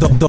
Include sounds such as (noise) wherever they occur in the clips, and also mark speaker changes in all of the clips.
Speaker 1: Do-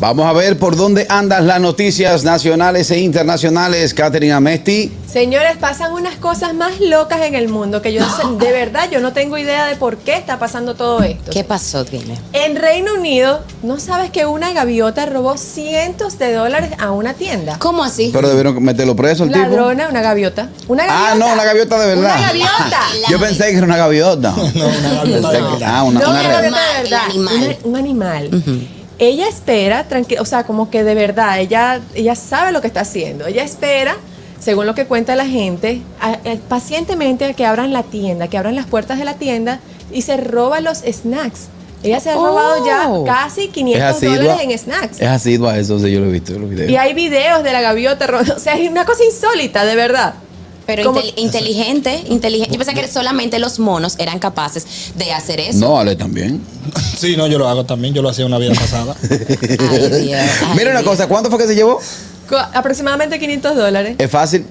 Speaker 2: Vamos a ver por dónde andan las noticias nacionales e internacionales, Catherine Amesti.
Speaker 3: Señores, pasan unas cosas más locas en el mundo que yo
Speaker 2: (laughs)
Speaker 3: no sé- de verdad yo no tengo idea de por qué está pasando todo esto.
Speaker 4: ¿Qué pasó? Dile.
Speaker 3: En Reino Unido, ¿no sabes que una gaviota robó cientos de dólares a una tienda?
Speaker 4: ¿Cómo así?
Speaker 2: Pero debieron meterlo preso el tipo.
Speaker 3: Ladrona, una gaviota. Una gaviota.
Speaker 2: Ah, no, una gaviota de verdad.
Speaker 3: Una gaviota.
Speaker 2: Yo pensé que era una gaviota. (laughs) No, una gaviota de verdad. Ah, una,
Speaker 3: No,
Speaker 2: una
Speaker 3: una
Speaker 2: red.
Speaker 3: gaviota de
Speaker 4: Animal,
Speaker 3: verdad.
Speaker 4: el animal.
Speaker 3: Una- un animal. Ella espera, tranqui- o sea, como que de verdad, ella, ella sabe lo que está haciendo. Ella espera, según lo que cuenta la gente, a- a- pacientemente a que abran la tienda, que abran las puertas de la tienda y se roba los snacks. Ella se ha robado ya
Speaker 4: Oh.
Speaker 3: casi
Speaker 2: Es
Speaker 3: 500
Speaker 2: asidua.
Speaker 3: dólares en snacks.
Speaker 2: Es asidua a eso, sí, yo lo he visto en los videos.
Speaker 3: Y hay videos de la gaviota, ro- (laughs) o sea, es una cosa insólita, de verdad.
Speaker 4: Pero
Speaker 3: ¿Cómo?
Speaker 4: intel- inteligente, inteligente. Yo pensé que solamente los monos eran capaces de hacer eso.
Speaker 2: No, Ale también.
Speaker 5: Sí, no, yo lo hago también. Yo lo hacía una vida pasada.
Speaker 4: Ay, Dios, ay,
Speaker 2: (laughs) Mira una
Speaker 4: Dios.
Speaker 2: cosa, ¿cuánto fue que se llevó?
Speaker 3: Co- aproximadamente 500 dólares.
Speaker 2: Es fácil,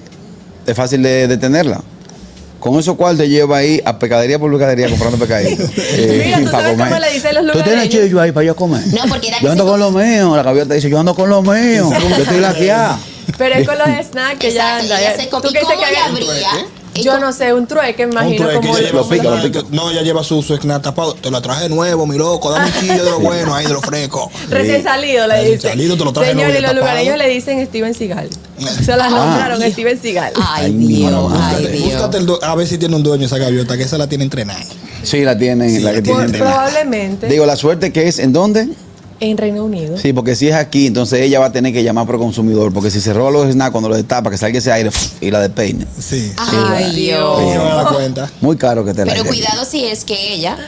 Speaker 2: es fácil de detenerla. Con eso cual te lleva ahí a pecadería por pecadería comprando
Speaker 3: (laughs)
Speaker 2: pecadito.
Speaker 3: Mira, tú sabes cómo le dicen los
Speaker 2: ¿Tú tienes
Speaker 3: lugareños.
Speaker 2: chillo ahí para yo comer?
Speaker 4: No, porque era que
Speaker 2: Yo ando
Speaker 4: se-
Speaker 2: con lo mío. La gaviota dice, yo ando con lo mío. Yo estoy laqueada.
Speaker 3: Pero es con los snacks que ya
Speaker 4: Exacto,
Speaker 3: anda.
Speaker 4: ella
Speaker 3: ya-
Speaker 4: se com-
Speaker 3: ¿Tú
Speaker 4: ¿Y
Speaker 3: qué dices
Speaker 4: cómo
Speaker 3: que
Speaker 4: le
Speaker 3: había- ¿Eh?
Speaker 4: abría? ¿Y
Speaker 3: Yo
Speaker 4: cómo-
Speaker 3: no sé, un trueque,
Speaker 5: Un
Speaker 3: imagino
Speaker 5: trueque,
Speaker 3: como
Speaker 5: ella
Speaker 3: lo-
Speaker 5: lleva
Speaker 2: Lo
Speaker 5: su
Speaker 2: pica, lo
Speaker 5: snack.
Speaker 2: pica.
Speaker 5: No, ella lleva su, su snack tapado. Te lo traje nuevo, mi loco. Dame un kilo de lo bueno ahí, de lo fresco.
Speaker 3: Recién salido le
Speaker 5: Recién
Speaker 3: dicen.
Speaker 5: salido, te lo traje
Speaker 3: Señores,
Speaker 5: nuevo,
Speaker 3: los
Speaker 5: ya
Speaker 3: lugareños
Speaker 5: tapado.
Speaker 3: le dicen Steven Seagal. Se las nombraron Steven Seagal.
Speaker 4: Ay,
Speaker 2: Ay,
Speaker 4: Dios,
Speaker 2: no,
Speaker 4: ay,
Speaker 5: Búscate-
Speaker 4: Dios.
Speaker 5: búscate el du- a ver si tiene un dueño esa gaviota, que esa la tiene entrenada.
Speaker 2: Sí, la tienen,
Speaker 5: Sí,
Speaker 2: la que
Speaker 5: la
Speaker 2: tienen.
Speaker 5: tienen.
Speaker 3: Por- probablemente
Speaker 2: Digo, la suerte que es, ¿en dónde?
Speaker 3: en Reino Unido.
Speaker 2: Sí, porque si es aquí, entonces ella va a tener que llamar pro consumidor, porque si se roba los snacks cuando los destapa, que salga ese aire y la despeina.
Speaker 5: Sí.
Speaker 2: Ah.
Speaker 4: Ay, Dios.
Speaker 5: Ella no
Speaker 2: Oh.
Speaker 5: da cuenta.
Speaker 2: Muy caro que te la
Speaker 4: Pero
Speaker 2: lleven.
Speaker 4: cuidado si es que ella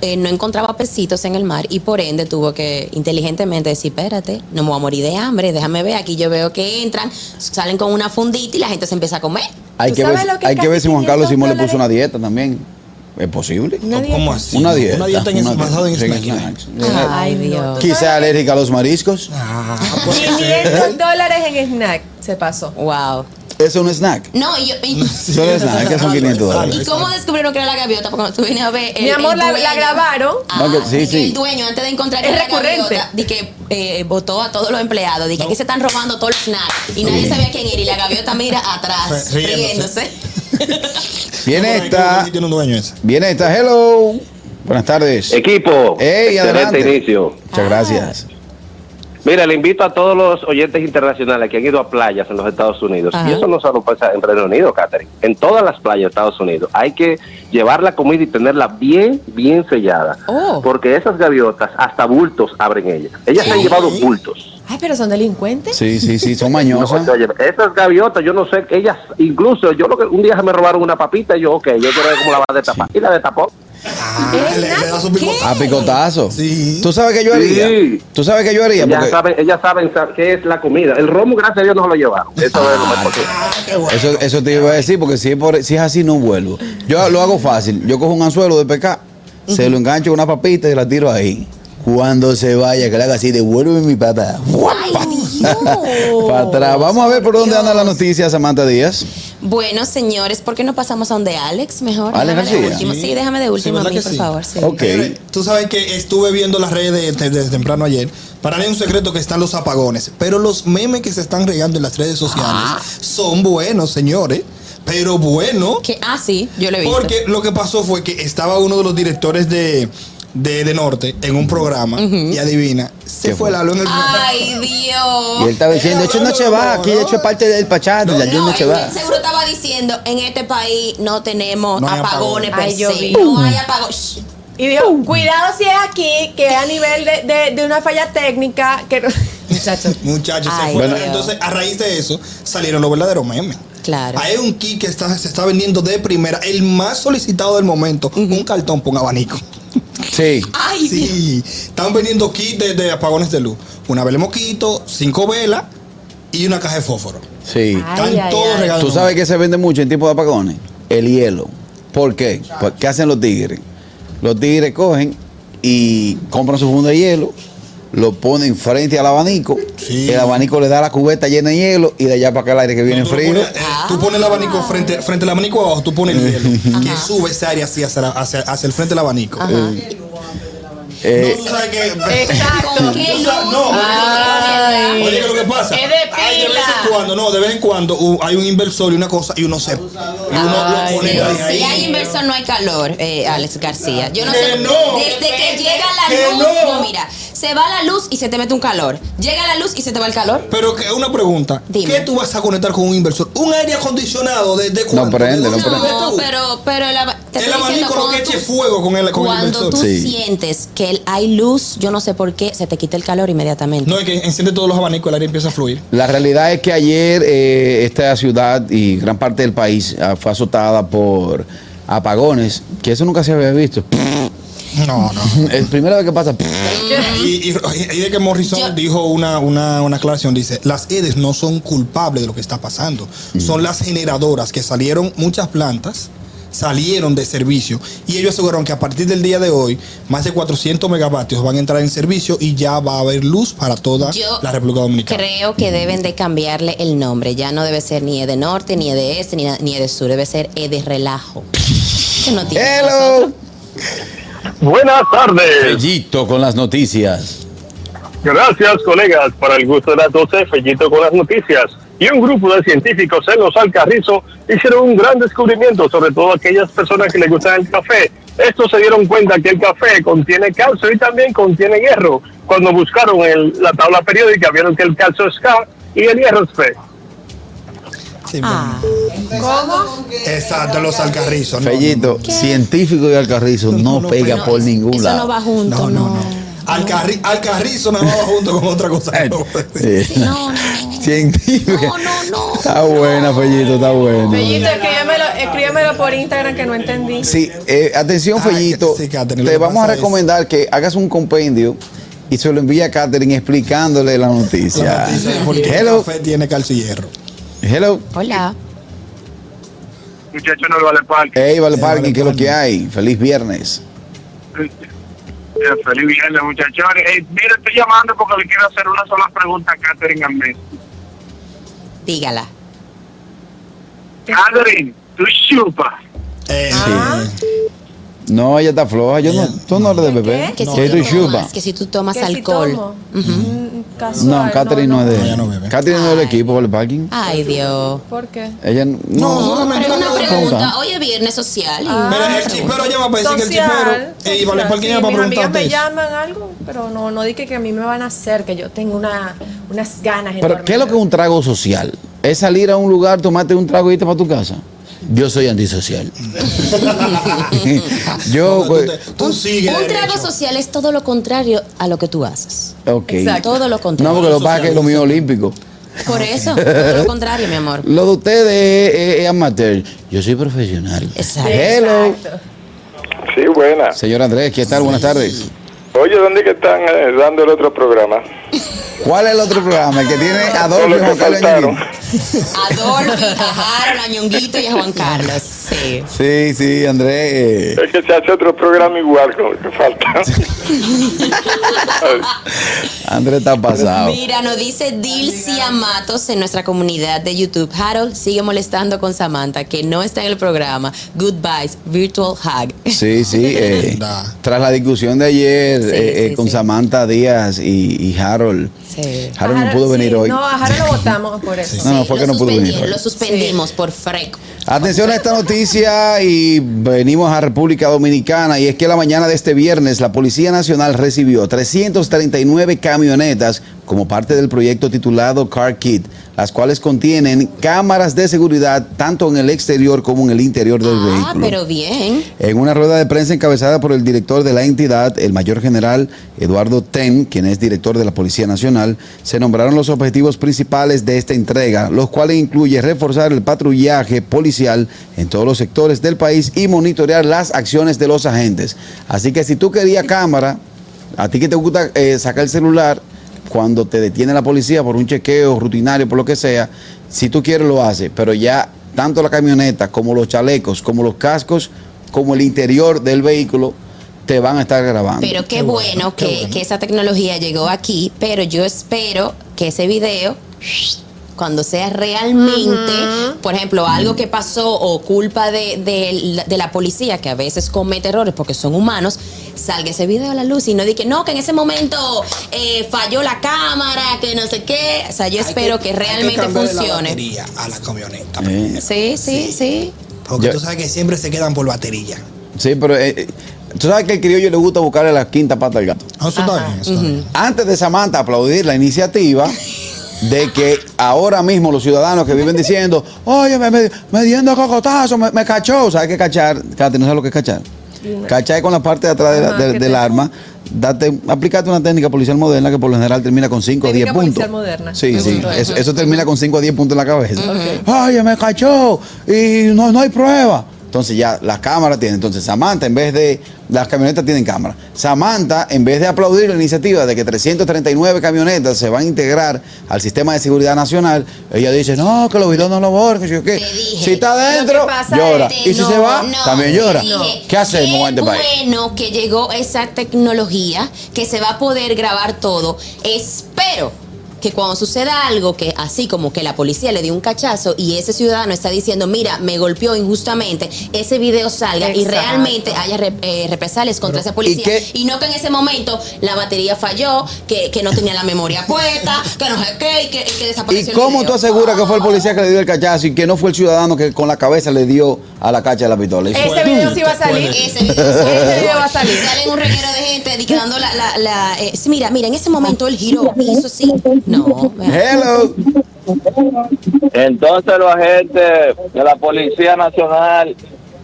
Speaker 4: eh, no encontraba pesitos en el mar y por ende tuvo que inteligentemente decir, espérate, no me voy a morir de hambre, déjame ver, aquí yo veo que entran, salen con una fundita y la gente se empieza a comer.
Speaker 2: Hay
Speaker 3: ¿Tú
Speaker 2: que ver,
Speaker 3: sabes lo que
Speaker 2: hay
Speaker 3: es
Speaker 2: que ver
Speaker 3: casi
Speaker 2: si Juan Carlos
Speaker 3: 500
Speaker 2: Simón le puso una
Speaker 3: dólares?
Speaker 2: dieta también. ¿Es posible?
Speaker 3: Una dieta.
Speaker 5: ¿Cómo así?
Speaker 2: Una dieta.
Speaker 5: Una dieta en
Speaker 2: una
Speaker 5: basada en
Speaker 2: dieta,
Speaker 5: snacks.
Speaker 2: snacks.
Speaker 3: Ah.
Speaker 4: Ay,
Speaker 3: Ay, no.
Speaker 4: Dios.
Speaker 2: Quizá alérgica a los mariscos.
Speaker 5: Ah, pues,
Speaker 3: 500 dólares en snack se pasó.
Speaker 4: Wow.
Speaker 2: Es un snack.
Speaker 4: No, y yo...
Speaker 2: (laughs)
Speaker 4: y-
Speaker 2: Solo es snack, que son 500
Speaker 4: ¿Y
Speaker 2: dólares.
Speaker 4: cómo descubrieron que era la gaviota? Porque cuando tú vienes a ver.
Speaker 3: Mi amor, la- la grabaron.
Speaker 4: Ah,
Speaker 2: No, que- sí,
Speaker 4: di que
Speaker 2: sí.
Speaker 4: El dueño, antes de encontrar que
Speaker 3: Es
Speaker 4: era la
Speaker 3: recurrente.
Speaker 4: gaviota, di que eh, votó a todos los empleados, di que aquí se están robando todo el snack. Y nadie sabía quién era. Y la gaviota mira atrás,
Speaker 5: Re-
Speaker 4: riéndose.
Speaker 5: riéndose.
Speaker 2: Viene
Speaker 5: Hay que ver
Speaker 2: esta.
Speaker 5: si tiene un dueño esa.
Speaker 2: Viene esta. Hello. Buenas tardes.
Speaker 6: Equipo,
Speaker 2: Ey,
Speaker 6: excelente
Speaker 2: adelante.
Speaker 6: inicio.
Speaker 2: Muchas gracias.
Speaker 3: Ah.
Speaker 6: Mira, le invito a todos los oyentes internacionales que han ido a playas en los Estados Unidos.
Speaker 4: Ajá.
Speaker 6: Y eso no solo pasa en Reino Unido, Catherine. En todas las playas de Estados Unidos hay que llevar la comida y tenerla bien, bien sellada.
Speaker 3: Oh.
Speaker 6: Porque esas gaviotas, hasta bultos abren ellas. Ellas se han llevado bultos.
Speaker 3: Ay, pero son delincuentes.
Speaker 2: Sí, sí, sí, son
Speaker 6: No, pues,
Speaker 2: mañosas.
Speaker 6: oye, esas gaviotas, yo no sé, ellas, incluso yo lo que un día se me robaron una papita y yo, ok, yo quiero ver cómo la va a destapar. Y la destapó.
Speaker 5: Ah, le, le da su picotón.
Speaker 2: A picotazo.
Speaker 5: Sí.
Speaker 2: ¿Tú sabes qué yo haría?
Speaker 6: Sí.
Speaker 2: ¿Tú sabes qué yo haría?
Speaker 6: Ellas
Speaker 2: Porque
Speaker 6: saben, ellas saben sa- qué es la comida. El romo, gracias a Dios, no se lo llevaron. Eso es lo mejor que-
Speaker 5: Ah, qué bueno.
Speaker 2: eso, eso te iba a decir, porque si es, por- si es así, no vuelvo. Yo lo hago fácil. Yo cojo un anzuelo de pescar, se lo engancho con una papita y la tiro ahí. Cuando se vaya, que la haga así, devuélveme mi pata.
Speaker 4: Ay, Dios.
Speaker 2: Para atrás. Vamos a ver por dónde anda la noticia, Samantha Díaz.
Speaker 4: Bueno, señores, ¿por qué no pasamos a donde Alex mejor?
Speaker 2: Alex
Speaker 4: déjame de
Speaker 2: García.
Speaker 4: último. Sí, déjame de último a
Speaker 5: ¿verdad
Speaker 4: mí,
Speaker 5: que
Speaker 4: por
Speaker 5: sí?
Speaker 4: favor. Sí.
Speaker 2: Ok.
Speaker 5: Señores, Tú sabes que estuve viendo las redes de- desde, temprano ayer. Para mí es un secreto que están los apagones, pero los memes que se están regando en las redes sociales son buenos, señores. Pero bueno,
Speaker 4: Que- Ah, sí, yo lo he visto.
Speaker 5: porque lo que pasó fue que estaba uno de los directores de, de, de Norte en un programa y adivina, se
Speaker 2: ¿Qué
Speaker 5: fue
Speaker 2: fue?
Speaker 5: la luz en el (laughs)
Speaker 4: Ay,
Speaker 2: Y él
Speaker 4: Dios.
Speaker 2: estaba diciendo, hecho no se va, aquí hecho es parte del pachado, la luz no se
Speaker 4: él
Speaker 2: va.
Speaker 4: seguro estaba diciendo, en este país no tenemos
Speaker 5: No hay
Speaker 4: apagones,
Speaker 5: apagones.
Speaker 4: per
Speaker 3: Ay, yo
Speaker 4: se.
Speaker 3: vi.
Speaker 2: Uh.
Speaker 4: No hay apagones.
Speaker 3: Y dijo, cuidado si es aquí, que es a nivel de, de- de una falla técnica. que no- (laughs)
Speaker 5: (laughs)
Speaker 3: Muchachos.
Speaker 5: Muchachos,
Speaker 4: Ay,
Speaker 5: se fue.
Speaker 4: Dios.
Speaker 5: Entonces, a raíz de eso, salieron los verdaderos memes.
Speaker 4: Claro.
Speaker 5: Hay un kit que está, se está vendiendo de primera, el más solicitado del momento, un cartón por un abanico.
Speaker 2: Sí.
Speaker 4: Ay, Dios.
Speaker 5: Sí, están vendiendo kit de, de apagones de luz. Una vela de moquito, cinco velas y una caja de fósforo.
Speaker 2: Sí.
Speaker 3: Ay,
Speaker 5: Están todos
Speaker 3: ay.
Speaker 5: regalando.
Speaker 2: Tú sabes que se vende mucho en tipo de apagones. El hielo. ¿Por qué? Pues, ¿Qué hacen los tigres? Los tigres cogen y compran su funda de hielo, lo ponen frente al abanico,
Speaker 5: Sí.
Speaker 2: el abanico le da la cubeta llena de hielo y de allá para acá el aire que viene
Speaker 5: Tú lo
Speaker 2: frío.
Speaker 5: pones, eh, Tú
Speaker 3: Ah.
Speaker 5: pones el abanico frente, frente al abanico abajo, tú pones el
Speaker 2: (laughs)
Speaker 5: hielo, que sube esa área así hacia, la- hacia- hacia el frente del abanico.
Speaker 4: Ajá.
Speaker 2: Eh,
Speaker 5: No, tú sabes que-
Speaker 3: Exacto.
Speaker 4: ¿Con qué
Speaker 5: O
Speaker 4: luz?
Speaker 5: sea, no,
Speaker 3: Ay.
Speaker 5: oye, ¿qué es lo que pasa?
Speaker 3: Es de
Speaker 5: Hay de vez en
Speaker 3: pila.
Speaker 5: cuando, no, de vez en cuando uh, hay un inversor y una cosa y uno se. Y uno
Speaker 3: Ay,
Speaker 5: lo pone
Speaker 4: Sí,
Speaker 5: ahí.
Speaker 4: si hay inversor no hay calor, eh, Alex García. Yo no
Speaker 5: Que
Speaker 4: sé,
Speaker 5: no.
Speaker 4: desde que llega la
Speaker 5: Que
Speaker 4: luz,
Speaker 5: no.
Speaker 4: no, mira, se va la luz y se te mete un calor. Llega la luz y se te va el calor.
Speaker 5: Pero que una pregunta,
Speaker 4: Dime.
Speaker 5: ¿qué tú vas a conectar con un inversor? Un aire acondicionado de, de cuánto?
Speaker 2: prende,
Speaker 5: ¿De
Speaker 2: no
Speaker 5: dónde
Speaker 2: prende.
Speaker 5: lo metes
Speaker 4: No,
Speaker 5: tú?
Speaker 4: pero, pero el, ab- te
Speaker 5: El
Speaker 4: estoy
Speaker 5: abanico
Speaker 4: diciendo,
Speaker 5: lo que
Speaker 4: cuando
Speaker 5: eche
Speaker 4: tú-
Speaker 5: fuego con el, con el
Speaker 4: Cuando
Speaker 5: inversor.
Speaker 4: tú
Speaker 2: Sí.
Speaker 4: sientes que el- hay luz, yo no sé por qué, se te quita el calor inmediatamente.
Speaker 5: No, es que enciende todos los abanicos, el aire empieza a fluir.
Speaker 2: La realidad es que ayer eh, esta ciudad y gran parte del país ah, fue azotada por apagones, que eso nunca se había visto. (laughs)
Speaker 5: No, no.
Speaker 2: Es primera vez que pasa.
Speaker 5: Y, y, y de que Morrison
Speaker 4: Yo-
Speaker 5: dijo una, una, una aclaración, dice, las EDES no son culpables de lo que está pasando,
Speaker 2: Mm.
Speaker 5: son las generadoras que salieron muchas plantas, salieron de servicio y ellos aseguraron que a partir del día de hoy más de 400 megavatios van a entrar en servicio y ya va a haber luz para toda
Speaker 4: Yo
Speaker 5: la República Dominicana.
Speaker 4: Creo que deben de cambiarle el nombre. Ya no debe ser ni E de norte, ni de este, ni, na- ni de sur. Debe ser E de relajo. Que no tiene
Speaker 2: Hello.
Speaker 7: Buenas tardes.
Speaker 2: Bellito con las noticias.
Speaker 7: Gracias, colegas, para el gusto de las 12, Fellito con las noticias. Y un grupo de científicos en Los Alcarrizos hicieron un gran descubrimiento, sobre todo aquellas personas que les gustan el café. Estos se dieron cuenta que el café contiene calcio y también contiene hierro. Cuando buscaron el- la tabla periódica, vieron que el calcio es K y el hierro es P.
Speaker 5: Sí,
Speaker 4: Ah.
Speaker 3: ¿Cómo?
Speaker 5: Exacto, los alcarrizos. no,
Speaker 2: Fellito, científico y alcarrizo no,
Speaker 5: no,
Speaker 2: pega
Speaker 4: No,
Speaker 2: por
Speaker 4: es-
Speaker 2: ningún
Speaker 4: eso
Speaker 2: lado.
Speaker 4: no va junto,
Speaker 5: No,
Speaker 4: no.
Speaker 5: no, no. Alcarri- alcarrizo me va junto con otra cosa.
Speaker 2: Eh, Sí.
Speaker 4: No, no.
Speaker 2: Científico.
Speaker 4: No, no, no.
Speaker 2: Está buena, Fellito, está buena.
Speaker 3: Bellito, escríbemelo, escríbemelo por Instagram que no entendí.
Speaker 2: Sí, eh, atención,
Speaker 5: Ah, que-
Speaker 2: Fellito.
Speaker 5: sí, Catherine, lo
Speaker 2: te
Speaker 5: que
Speaker 2: vamos a
Speaker 5: pasa es-
Speaker 2: recomendar que hagas un compendio y se lo envíe a Catherine explicándole la
Speaker 5: La
Speaker 2: noticia.
Speaker 5: noticia es porque el
Speaker 2: Hello,
Speaker 5: café tiene calcio y hierro.
Speaker 2: hello.
Speaker 4: Hola.
Speaker 7: Muchachos, no vale parque.
Speaker 2: Hey, Vale
Speaker 5: Eh,
Speaker 2: Parking,
Speaker 5: Vale
Speaker 2: ¿qué es lo que
Speaker 5: Parking.
Speaker 2: hay? Feliz viernes.
Speaker 7: Feliz viernes, muchachos. Eh, mira, estoy llamando porque le quiero hacer una sola pregunta a Catherine Amés.
Speaker 4: Dígala.
Speaker 7: Catherine, tú chupas.
Speaker 5: Eh,
Speaker 3: Ah.
Speaker 2: No, ella está floja. Yo no,
Speaker 5: Bien.
Speaker 2: tú no eres de bebé.
Speaker 4: Que,
Speaker 2: Que
Speaker 5: No,
Speaker 4: si
Speaker 5: yo
Speaker 2: tú
Speaker 4: tú
Speaker 2: chupa.
Speaker 4: tomas, que si tú tomas
Speaker 3: ¿Qué si
Speaker 4: alcohol.
Speaker 3: tomo?
Speaker 4: Ujú.
Speaker 3: Mm, casual,
Speaker 2: No, Catherine no, es
Speaker 5: no.
Speaker 2: de.
Speaker 5: Ella no bebe.
Speaker 2: Catherine no es del
Speaker 4: Ay.
Speaker 2: equipo Vale Parking.
Speaker 4: Ay, Dios.
Speaker 3: ¿Por qué?
Speaker 2: Ella no.
Speaker 5: No,
Speaker 4: No,
Speaker 5: solamente
Speaker 4: pero
Speaker 5: una
Speaker 4: una
Speaker 2: pregunta.
Speaker 4: pregunta. Hoy es viernes social. y
Speaker 3: Ah.
Speaker 4: una
Speaker 5: Mira, el
Speaker 4: pregunta.
Speaker 5: chipero llama para decir pues, que el
Speaker 3: Social,
Speaker 5: chipero. Eh, y vale,
Speaker 3: social,
Speaker 5: ¿para
Speaker 3: sí,
Speaker 5: quién llama
Speaker 3: mis
Speaker 5: para
Speaker 3: amigas
Speaker 5: preguntarte
Speaker 3: me
Speaker 5: (laughs) eso?
Speaker 3: llaman algo, pero no, no dije que a mí me van a hacer, que yo tengo una, unas ganas
Speaker 2: Pero,
Speaker 3: enormes.
Speaker 2: ¿qué es lo que es un trago social? Es salir a un lugar, tomarte un trago y irte para tu casa. Yo soy antisocial. (laughs) Yo.
Speaker 5: Tú,
Speaker 2: pues,
Speaker 5: te- tú sigue.
Speaker 4: Un
Speaker 5: derecho. este
Speaker 4: trago social es todo lo contrario a lo que tú haces.
Speaker 2: ok.
Speaker 3: Exacto.
Speaker 4: Todo lo
Speaker 2: No,
Speaker 4: contrario.
Speaker 2: porque lo que pasa es que lo mío es olímpico.
Speaker 4: Por eso, (laughs) todo lo contrario, mi amor.
Speaker 2: Lo de ustedes es, es- es amateur. Yo soy profesional.
Speaker 4: Exacto.
Speaker 2: Hello.
Speaker 3: Exacto.
Speaker 8: Sí, buena.
Speaker 2: Señor Andrés, ¿qué tal? Buenas tardes.
Speaker 8: Oye, ¿dónde que están eh, dando el otro programa?
Speaker 2: ¿Cuál es el otro programa? El que tiene
Speaker 8: Todo
Speaker 2: Adolfo
Speaker 8: lo
Speaker 2: y
Speaker 8: que
Speaker 2: Juan Carlos
Speaker 8: faltaron.
Speaker 2: Ñonguito.
Speaker 4: A Dolphy, a Harold, a Ñonguito y a Juan Carlos. Sí.
Speaker 2: Sí, sí, Andrés. eh,
Speaker 8: Es que se hace otro programa igual con lo que falta.
Speaker 2: Andrés está pasado.
Speaker 4: Mira, nos dice Dilcia Matos en nuestra comunidad de YouTube. Harold sigue molestando con Samantha, que no está en el programa. Goodbyes, virtual hug.
Speaker 2: Sí,
Speaker 4: (laughs)
Speaker 2: sí. eh,
Speaker 5: Da.
Speaker 2: tras la discusión de ayer
Speaker 4: Sí,
Speaker 2: eh, eh,
Speaker 4: sí,
Speaker 2: con
Speaker 4: sí.
Speaker 2: Samantha Díaz y, y Harold.
Speaker 4: Sí.
Speaker 2: Harold no
Speaker 3: Ajá,
Speaker 2: pudo
Speaker 3: sí,
Speaker 2: venir hoy.
Speaker 3: No, a Jaro lo votamos por eso.
Speaker 2: No, no, fue
Speaker 4: lo
Speaker 2: que no pudo venir.
Speaker 4: suspendieron, Lo suspendimos por freco.
Speaker 2: Atención a esta noticia y venimos a República Dominicana y es que la mañana de este viernes la Policía Nacional recibió 339 camionetas como parte del proyecto titulado Car Kit, las cuales contienen cámaras de seguridad tanto en el exterior como en el interior del
Speaker 4: Ah,
Speaker 2: vehículo.
Speaker 4: pero bien.
Speaker 2: En una rueda de prensa encabezada por el director de la entidad, el mayor general Eduardo Ten, quien es director de la Policía Nacional, se nombraron los objetivos principales de esta entrega, los cuales incluye reforzar el patrullaje policial en todos los sectores del país y monitorear las acciones de los agentes. Así que si tú querías cámara, a ti que te gusta eh, sacar el celular, cuando te detiene la policía por un chequeo rutinario, por lo que sea, si tú quieres lo haces, pero ya tanto la camioneta como los chalecos, como los cascos, como el interior del vehículo te van a estar grabando.
Speaker 4: Pero qué, bueno, que, que esa tecnología llegó aquí, pero yo espero que ese video, cuando sea realmente, por ejemplo, algo que pasó o culpa de, de la- de la policía, que a veces comete errores porque son humanos, salga ese video a la luz y no diga, no, que en ese momento eh, falló la cámara, que no sé qué. O sea, yo espero que, realmente funcione.
Speaker 5: batería a la camioneta.
Speaker 2: Eh,
Speaker 4: Sí, sí, sí.
Speaker 5: Porque
Speaker 2: Yo-
Speaker 5: tú sabes que siempre se quedan por batería.
Speaker 2: sí, pero eh, eh, tú sabes que al criollo le gusta buscarle la quinta pata al gato.
Speaker 5: Ah, Eso está bien, eso está bien.
Speaker 2: Antes de Samantha aplaudir la iniciativa de que ahora mismo los ciudadanos que viven diciendo, oye, me, me, me diendo cocotazo, me, me cachó. ¿Sabes qué es cachar? Katy, ¿no sabes lo que es cachar? Cachar es con la parte de atrás de la-
Speaker 3: Ajá,
Speaker 2: de-
Speaker 3: que
Speaker 2: del
Speaker 3: te-
Speaker 2: arma. Date, aplicate una técnica policial moderna que por lo general termina con 5 o 10
Speaker 3: Técnica
Speaker 2: puntos.
Speaker 3: policial moderna.
Speaker 2: Sí,
Speaker 3: Me
Speaker 2: sí.
Speaker 3: gustó
Speaker 2: Eso, eso termina con 5 o 10 puntos en la cabeza. Oye, me cachó y no, no hay prueba. Entonces ya las cámaras tienen. Entonces Samantha, en vez de. Las camionetas tienen cámara. Samantha, en vez de aplaudir la iniciativa de que 339 camionetas se van a integrar al sistema de seguridad nacional, ella dice: No, que los videos no lo borren. que yo qué".
Speaker 4: Te dije.
Speaker 2: si está
Speaker 3: que
Speaker 2: adentro,
Speaker 3: pasa es
Speaker 2: llora.
Speaker 4: Este,
Speaker 2: Y si
Speaker 4: no,
Speaker 2: se va,
Speaker 4: no,
Speaker 2: también
Speaker 4: te
Speaker 2: llora.
Speaker 4: dije,
Speaker 2: ¿Qué hacemos en este país?
Speaker 4: bueno que llegó esa tecnología que se va a poder grabar todo. Espero que cuando suceda algo que así como que la policía le dio un cachazo y ese ciudadano está diciendo, mira, me golpeó injustamente, ese video salga y
Speaker 3: Exacto.
Speaker 4: realmente haya re- eh, represalias contra ese
Speaker 2: ¿y
Speaker 4: policía.
Speaker 2: qué?
Speaker 4: ¿y, no que en ese momento la batería falló, que, que no tenía la memoria puesta, que no sé qué, y que, y que
Speaker 2: ¿Y
Speaker 4: desapareció. el
Speaker 2: cómo
Speaker 4: video. Ah.
Speaker 2: tú aseguras que fue el policía que le dio el cachazo y que no fue el ciudadano que con la cabeza le dio a la cacha de la pistola? Y fue-
Speaker 3: Ese video sí va a salir.
Speaker 4: Ese video,
Speaker 3: Ese video va a salir.
Speaker 4: Salen un reguero de gente di que dando la. la, la eh, sí, mira, mira, en ese momento el giro hizo así. No,
Speaker 2: ¿Eh?
Speaker 4: vea.
Speaker 2: Hello.
Speaker 9: Entonces los agentes de la Policía Nacional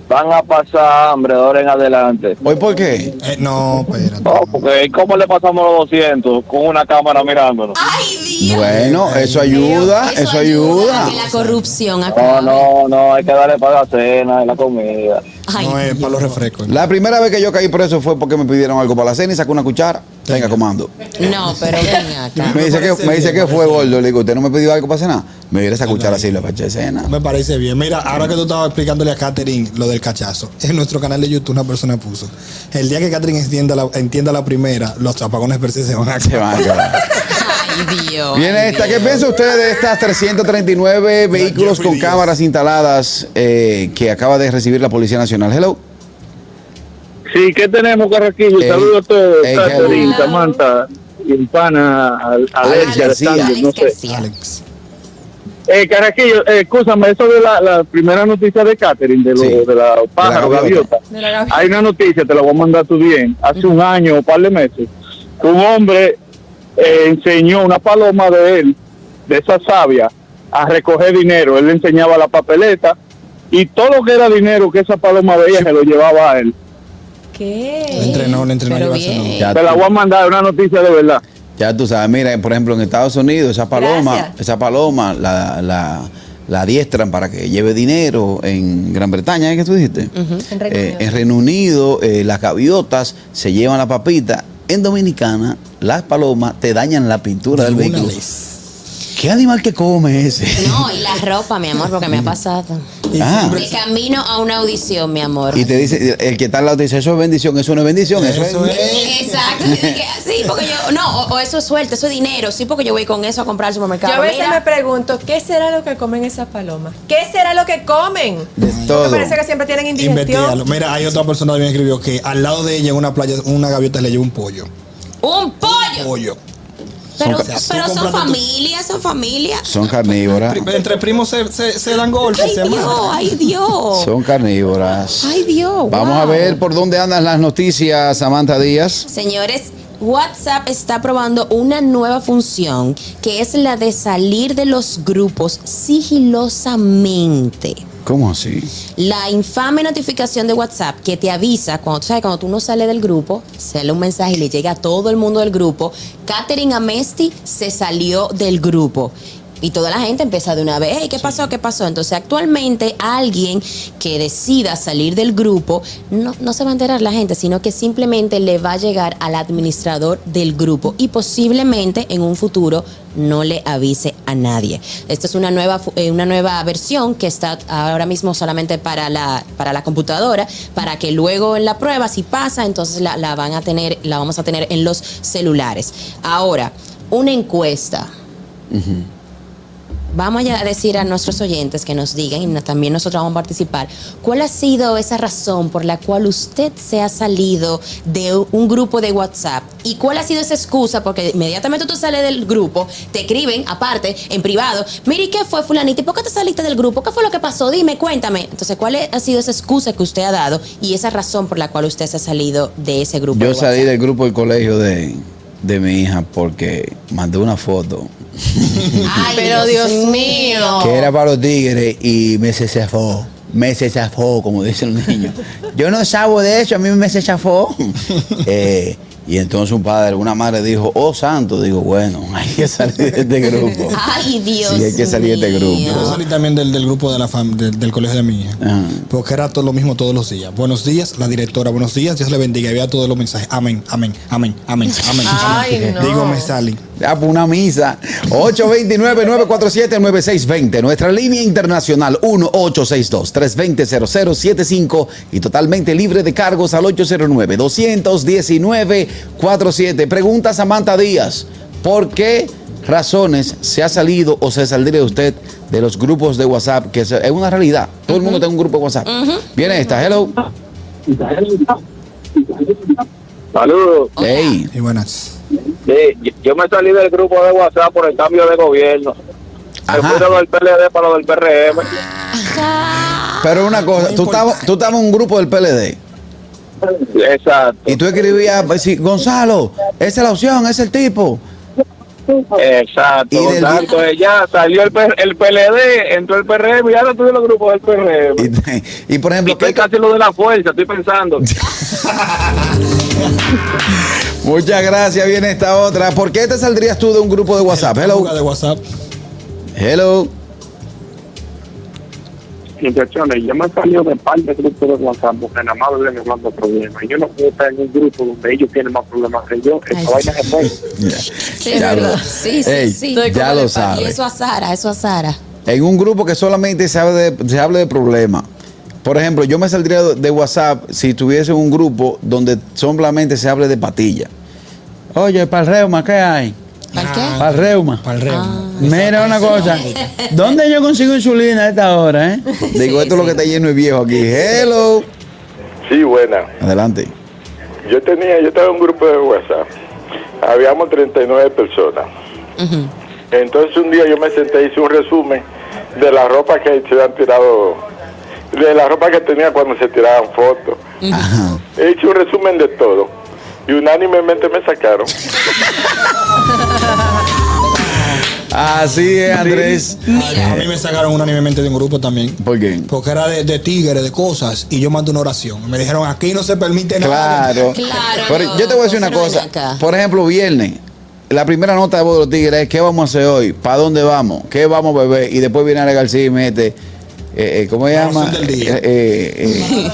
Speaker 9: van a pasar hambre de ahora en adelante.
Speaker 2: ¿Hoy por qué?
Speaker 5: Eh, no, espérate.
Speaker 9: No, porque ¿cómo le pasamos los 200 con una cámara mirándonos?
Speaker 4: ¡Ay, Dios!
Speaker 2: Bueno, eso ayuda, eso
Speaker 4: a
Speaker 2: ayuda.
Speaker 4: que la corrupción acabe.
Speaker 9: No, no, no, hay que darle para la cena y la comida.
Speaker 4: Ay,
Speaker 5: No es para los refrescos.
Speaker 2: La primera vez que yo caí preso fue porque me pidieron algo para la cena y sacó una cuchara. Venga, comando.
Speaker 4: no, pero ven acá.
Speaker 2: Me dice que, me dice que fue gordo. Le digo, ¿usted no me pidió algo para cenar? Me diera esa cuchara así, la para cena.
Speaker 5: Me parece bien. Mira, ahora que tú estabas explicándole a Katherine lo del cachazo, (laughs) en nuestro canal de YouTube una persona puso, el día que Katherine entienda la, entienda la primera, los apagones per se se van a
Speaker 2: Se
Speaker 5: acabar.
Speaker 2: van a acabar.
Speaker 4: Ay, Dios.
Speaker 2: Viene
Speaker 4: ay,
Speaker 2: esta. ¿Qué
Speaker 4: Dios.
Speaker 2: piensa usted de estas 339 vehículos
Speaker 5: Jeffrey
Speaker 2: con
Speaker 5: Díaz.
Speaker 2: cámaras instaladas eh, que acaba de recibir la Policía Nacional? Hello.
Speaker 9: (laughs) Sí, ¿qué tenemos, Carraquillo?
Speaker 2: Ey,
Speaker 9: Saludos a todos,
Speaker 2: ey,
Speaker 9: Catherine,
Speaker 4: hello.
Speaker 9: Samantha, y el pana, al- Alex,
Speaker 2: García.
Speaker 9: Alexander, no
Speaker 4: Alex
Speaker 9: sé.
Speaker 4: García.
Speaker 5: Alex.
Speaker 9: Eh, Carraquillo, eh, escúchame, eso de la, la primera noticia de Catherine, de, lo,
Speaker 2: Sí.
Speaker 9: de la pájaro,
Speaker 2: De la gaviota.
Speaker 9: gaviota.
Speaker 3: De la
Speaker 2: Ah.
Speaker 3: gaviota.
Speaker 9: Hay una noticia, te la voy a mandar tú bien. Hace un año, un par de meses, un hombre eh, enseñó una paloma de él, de esa sabia, a recoger dinero. Él le enseñaba la papeleta y todo lo que era dinero que esa paloma veía se lo llevaba a él.
Speaker 5: Le
Speaker 3: ¿Qué?
Speaker 5: entrenó, le entrenó.
Speaker 4: Pero
Speaker 5: llevárselo.
Speaker 4: bien.
Speaker 2: Ya
Speaker 9: Te la
Speaker 2: tú-
Speaker 9: voy a mandar, una noticia de verdad.
Speaker 2: Ya tú sabes, mira, por ejemplo, en Estados Unidos, esa paloma,
Speaker 3: Gracias.
Speaker 2: esa paloma la, la, la adiestran para que lleve dinero en Gran Bretaña, ¿eh? ¿Qué tú dijiste?
Speaker 3: En Reino
Speaker 2: Eh,
Speaker 3: Unido.
Speaker 2: en Reino Unido, eh, las gaviotas se llevan la papita. En Dominicana, las palomas te dañan la pintura del
Speaker 5: Alguna
Speaker 2: vehículo.
Speaker 5: vez.
Speaker 2: ¿Qué animal que come ese?
Speaker 4: No, y la ropa, mi amor, porque me ha pasado.
Speaker 5: Y
Speaker 2: Ah.
Speaker 5: siempre-
Speaker 4: De camino a una audición, mi amor.
Speaker 2: (laughs) Y te dice, el que está al lado te dice, eso es bendición, eso no es bendición, eso,
Speaker 5: Eso
Speaker 2: es...
Speaker 5: es.
Speaker 4: Exacto. y dije, Sí, porque yo. No, o, o eso es suerte, eso es dinero. Sí, porque yo voy con eso a comprar al
Speaker 3: Yo
Speaker 4: supermercado.
Speaker 3: a veces
Speaker 4: Mira,
Speaker 3: me pregunto, ¿qué será lo que comen esas palomas? ¿Qué será lo que comen?
Speaker 2: de
Speaker 3: Me
Speaker 2: todo.
Speaker 3: parece que siempre tienen
Speaker 5: Investígalo.
Speaker 3: indigestión.
Speaker 5: Mira, hay otra persona que me escribió que al lado de ella en una playa, una gaviota le llevó un pollo.
Speaker 4: Un pollo.
Speaker 5: Pollo.
Speaker 4: Pero,
Speaker 5: Son- o sea, tú
Speaker 4: pero son
Speaker 5: cómprate tu-
Speaker 4: familias, son familias.
Speaker 2: Son carnívoras.
Speaker 5: Pri- Entre primos se, se- se dan golpes,
Speaker 4: Ay
Speaker 5: se
Speaker 4: Dios,
Speaker 5: matan.
Speaker 4: ay Dios.
Speaker 2: Son carnívoras.
Speaker 4: Ay Dios.
Speaker 2: Vamos
Speaker 4: Oh, wow.
Speaker 2: a ver por dónde andan las noticias, Samantha Díaz.
Speaker 4: Señores, WhatsApp está probando una nueva función que es la de salir de los grupos sigilosamente.
Speaker 2: ¿Cómo así?
Speaker 4: La infame notificación de WhatsApp que te avisa cuando tú sabes, cuando tú no sales del grupo, sale un mensaje y le llega a todo el mundo del grupo. Katherine Amesti se salió del grupo. Y toda la gente empieza de una vez, "Ey, ¿qué pasó? ¿Qué pasó? Entonces actualmente alguien que decida salir del grupo, no, no se va a enterar la gente, sino que simplemente le va a llegar al administrador del grupo y posiblemente en un futuro no le avise a nadie. Esta es una nueva, fu- eh, una nueva versión que está ahora mismo solamente para la, para la computadora, para que luego en la prueba, si pasa, entonces la, la van a tener, la vamos a tener en los celulares. Ahora, una encuesta. Vamos ya a decir a nuestros oyentes que nos digan, y no- también nosotros vamos a participar, ¿cuál ha sido esa razón por la cual usted se ha salido de un grupo de WhatsApp? ¿Y cuál ha sido esa excusa? Porque inmediatamente tú sales del grupo, te escriben, aparte, en privado, mire, ¿qué fue fulanita? ¿Y por qué te saliste del grupo? ¿Qué fue lo que pasó? Dime, cuéntame. Entonces, ¿cuál ha sido esa excusa que usted ha dado y esa razón por la cual usted se ha salido de ese grupo? de
Speaker 2: Yo salí
Speaker 4: WhatsApp?
Speaker 2: del grupo del colegio de, de mi hija porque mandé una foto
Speaker 4: Ay,
Speaker 3: Pero Dios mío.
Speaker 2: que era para los tigres y me se zafó. Me se zafó, como dice el niño. Yo no sabo de eso, a mí me se (laughs) zafó. Eh, y entonces un padre, una madre dijo, oh santo, digo, bueno, (laughs) hay que salir de este grupo.
Speaker 4: Ay, Dios
Speaker 2: Sí, hay que salir de este
Speaker 4: mío.
Speaker 2: grupo.
Speaker 5: Yo salí también del, del grupo de la fam- del, del colegio de mi hija.
Speaker 2: Ajá.
Speaker 5: Porque era todo lo mismo todos los días. Buenos días, la directora. Buenos días, Dios le bendiga. Y Había todos los mensajes. Amén, amén, amén, amén,
Speaker 4: (laughs)
Speaker 5: amén.
Speaker 3: Ay,
Speaker 5: amén.
Speaker 3: no.
Speaker 5: Digo, me salí.
Speaker 2: Ah, pues una misa. 829-947-9620. Nuestra línea internacional 1-862-320-0075 y totalmente libre de cargos al 809-219-47. Pregunta Samantha Díaz. ¿Por qué razones se ha salido o se saldría usted de los grupos de WhatsApp? Que se- es una realidad. Todo el mundo tiene un grupo de WhatsApp. Viene esta. Hello.
Speaker 7: Saludos.
Speaker 2: Hey.
Speaker 5: Y buenas.
Speaker 7: Sí, yo me salí del grupo de WhatsApp por el cambio de gobierno. Me
Speaker 2: Ajá.
Speaker 7: fui de lo del PLD para lo del PRM.
Speaker 2: Pero una cosa. Tú estabas tú estabas en un grupo del PLD.
Speaker 7: Exacto.
Speaker 2: Y tú escribías, pues, sí, Gonzalo, esa es la opción, ese es el tipo. (laughs)
Speaker 7: Exacto.
Speaker 2: Y del-
Speaker 7: Exacto. Ya salió el, P- el PLD, entró el PRM y ahora estoy en los grupos del PRM.
Speaker 2: Y, y, por
Speaker 7: Y
Speaker 2: ejemplo,
Speaker 7: estoy
Speaker 2: ¿qué-
Speaker 7: casi en lo de la fuerza,
Speaker 2: (laughs)
Speaker 7: estoy pensando.
Speaker 2: muchas gracias, viene esta otra. ¿Por qué te saldrías tú de un grupo de WhatsApp?
Speaker 5: Fuga
Speaker 2: Hello.
Speaker 5: De WhatsApp.
Speaker 2: Hello.
Speaker 7: Muchachones, yo me he salido de par de grupos de WhatsApp porque nada más me hablando problemas. Yo no puedo estar en un grupo donde ellos tienen más problemas que yo.
Speaker 4: Ay,
Speaker 7: Esa vaina se fue.
Speaker 2: Ya,
Speaker 4: Sí, es
Speaker 2: lo-
Speaker 4: verdad. Sí, sí,
Speaker 2: Ey,
Speaker 4: sí.
Speaker 2: Ya lo
Speaker 4: Y
Speaker 2: sabes.
Speaker 4: Eso a Sara, eso a Sara.
Speaker 2: En un grupo que solamente se habla de, se habla de problemas. Por ejemplo, yo me saldría de WhatsApp si tuviese un grupo donde solamente se hable de patilla. Oye, para el reuma, ¿qué hay?
Speaker 4: ¿Para qué? Ah.
Speaker 5: Ah,
Speaker 2: Para el reuma.
Speaker 5: Para el reuma.
Speaker 2: Mira una cosa, ¿dónde yo consigo insulina a esta hora, eh? Digo,
Speaker 4: Sí,
Speaker 2: esto es lo
Speaker 4: sí.
Speaker 2: que está lleno de viejo aquí. Hello.
Speaker 8: Sí, buena.
Speaker 2: Adelante.
Speaker 8: Yo tenía, yo estaba en un grupo de WhatsApp. Habíamos 39 personas.
Speaker 4: Ujú.
Speaker 8: Entonces un día yo me senté hice un resumen de la ropa que se habían tirado, de la ropa que tenía cuando se tiraban fotos.
Speaker 2: Ajá.
Speaker 8: He hecho un resumen de todo. Y unánimemente me sacaron.
Speaker 2: Así es, Andrés.
Speaker 5: A mí me sacaron unánimemente de un grupo también.
Speaker 2: ¿Por qué?
Speaker 5: Porque era de, de tigres, de cosas. Y yo mandé una oración. Me dijeron, aquí no se permite nada.
Speaker 2: Claro.
Speaker 4: Claro,
Speaker 2: Pero
Speaker 4: no,
Speaker 2: yo te voy a decir una
Speaker 4: pero ven
Speaker 2: cosa.
Speaker 4: acá.
Speaker 2: Por ejemplo, viernes. La primera nota de voz de los tigres es ¿qué vamos a hacer hoy? ¿Para dónde vamos? ¿Qué vamos a beber? Y después viene Ale García y mete, eh, eh, ¿cómo se
Speaker 5: La
Speaker 2: llama?
Speaker 5: oración del día.
Speaker 2: Eh, eh,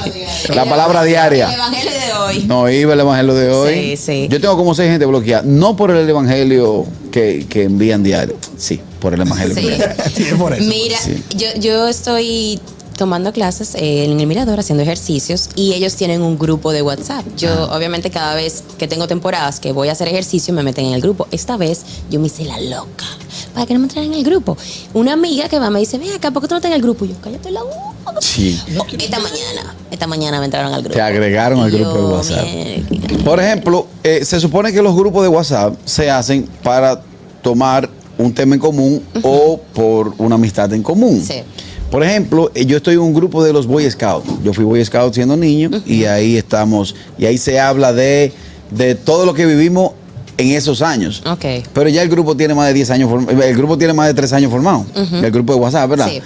Speaker 2: eh,
Speaker 4: (laughs)
Speaker 2: la palabra diaria.
Speaker 4: El evangelio de hoy.
Speaker 2: No iba el evangelio de hoy.
Speaker 4: Sí, sí.
Speaker 2: Yo tengo como seis gente bloqueada. No por el evangelio que, que envían diario. Sí, por el evangelio. que
Speaker 4: Sí.
Speaker 2: envían.
Speaker 5: (laughs) Sí, es por eso.
Speaker 4: Mira,
Speaker 2: Sí.
Speaker 4: yo, yo estoy tomando clases eh, en el mirador haciendo ejercicios y ellos tienen un grupo de WhatsApp. Yo
Speaker 2: Ah.
Speaker 4: obviamente cada vez que tengo temporadas que voy a hacer ejercicio me meten en el grupo. Esta vez yo me hice la loca para que no me entraran en el grupo. Una amiga que va me dice, ven acá, ¿por qué tú no estás en el grupo? Y yo, cállate la boca.
Speaker 2: Sí.
Speaker 4: Esta mañana, esta mañana me entraron al grupo.
Speaker 2: Te agregaron al
Speaker 4: Y
Speaker 2: grupo de
Speaker 4: yo,
Speaker 2: WhatsApp.
Speaker 4: "Mierda".
Speaker 2: Por ejemplo, eh, se supone que los grupos de WhatsApp se hacen para tomar un tema en común o por una amistad en común.
Speaker 4: Sí.
Speaker 2: Por ejemplo, eh, yo estoy en un grupo de los Boy Scouts. Yo fui Boy Scout siendo niño y ahí estamos, y ahí se habla de, de todo lo que vivimos en esos años.
Speaker 4: Ok.
Speaker 2: Pero ya el grupo tiene más de 10 años, form- el grupo tiene más de 3 años formado, el grupo de WhatsApp, ¿verdad?
Speaker 4: Sí.